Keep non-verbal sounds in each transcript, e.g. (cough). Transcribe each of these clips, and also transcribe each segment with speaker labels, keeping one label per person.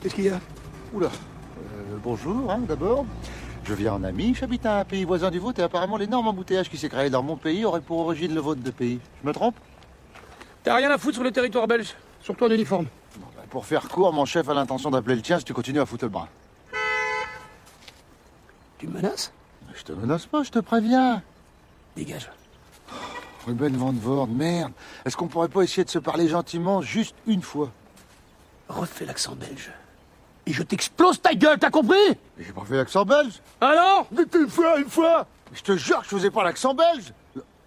Speaker 1: Qu'est-ce qu'il y a
Speaker 2: Oula. Euh, bonjour, hein, d'abord. Je viens en ami, j'habite un pays voisin du vôtre et apparemment l'énorme embouteillage qui s'est créé dans mon pays aurait pour origine le vôtre de pays. Je me trompe
Speaker 1: T'as rien à foutre sur le territoire belge, surtout en uniforme.
Speaker 2: Bon, bah, Pour faire court, mon chef a l'intention d'appeler le tien si tu continues à foutre le bras.
Speaker 1: Tu me menaces
Speaker 2: Je te menace pas, je te préviens.
Speaker 1: Dégage.
Speaker 2: Ruben Van Voorde, merde. Est-ce qu'on pourrait pas essayer de se parler gentiment juste une fois
Speaker 1: Refais l'accent belge. Et je t'explose ta gueule, t'as compris
Speaker 2: Mais J'ai pas fait l'accent belge.
Speaker 1: Alors
Speaker 2: Mais une fois, une fois Je te jure que je faisais pas l'accent belge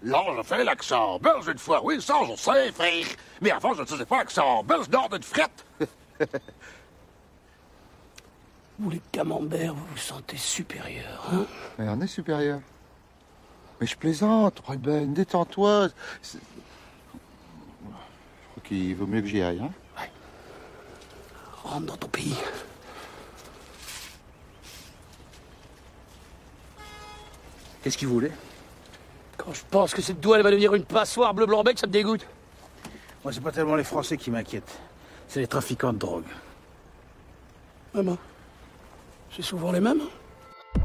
Speaker 2: Là, je fais l'accent belge une fois, oui, ça, je sais, frère. Mais avant, je ne faisais pas l'accent belge nord de frette.
Speaker 1: (laughs) Vous les camemberts, vous vous sentez supérieur, hein
Speaker 2: Mais on est supérieur. Mais je plaisante, Ruben, détends-toi. C'est- Je crois qu'il vaut mieux que j'y aille, hein.
Speaker 1: Rentre dans ton pays.
Speaker 3: Qu'est-ce qu'il voulait
Speaker 1: Quand je pense que cette douane va devenir une passoire bleu-blanc-bec, ça me dégoûte.
Speaker 3: Moi, c'est pas tellement les Français qui m'inquiètent. C'est les trafiquants de drogue.
Speaker 1: Maman, c'est souvent les mêmes. hein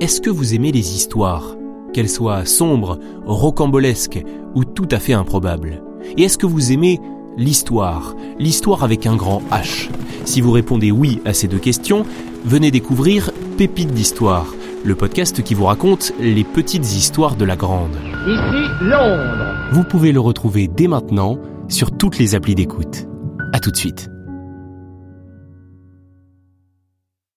Speaker 4: Est-ce que vous aimez les histoires Qu'elles soient sombres, rocambolesques ou tout à fait improbables Et est-ce que vous aimez l'histoire L'histoire avec un grand H Si vous répondez oui à ces deux questions, venez découvrir Pépites d'Histoire, le podcast qui vous raconte les petites histoires de la grande.
Speaker 5: Ici Londres.
Speaker 4: Vous pouvez le retrouver dès maintenant sur toutes les applis d'écoute. À tout de suite.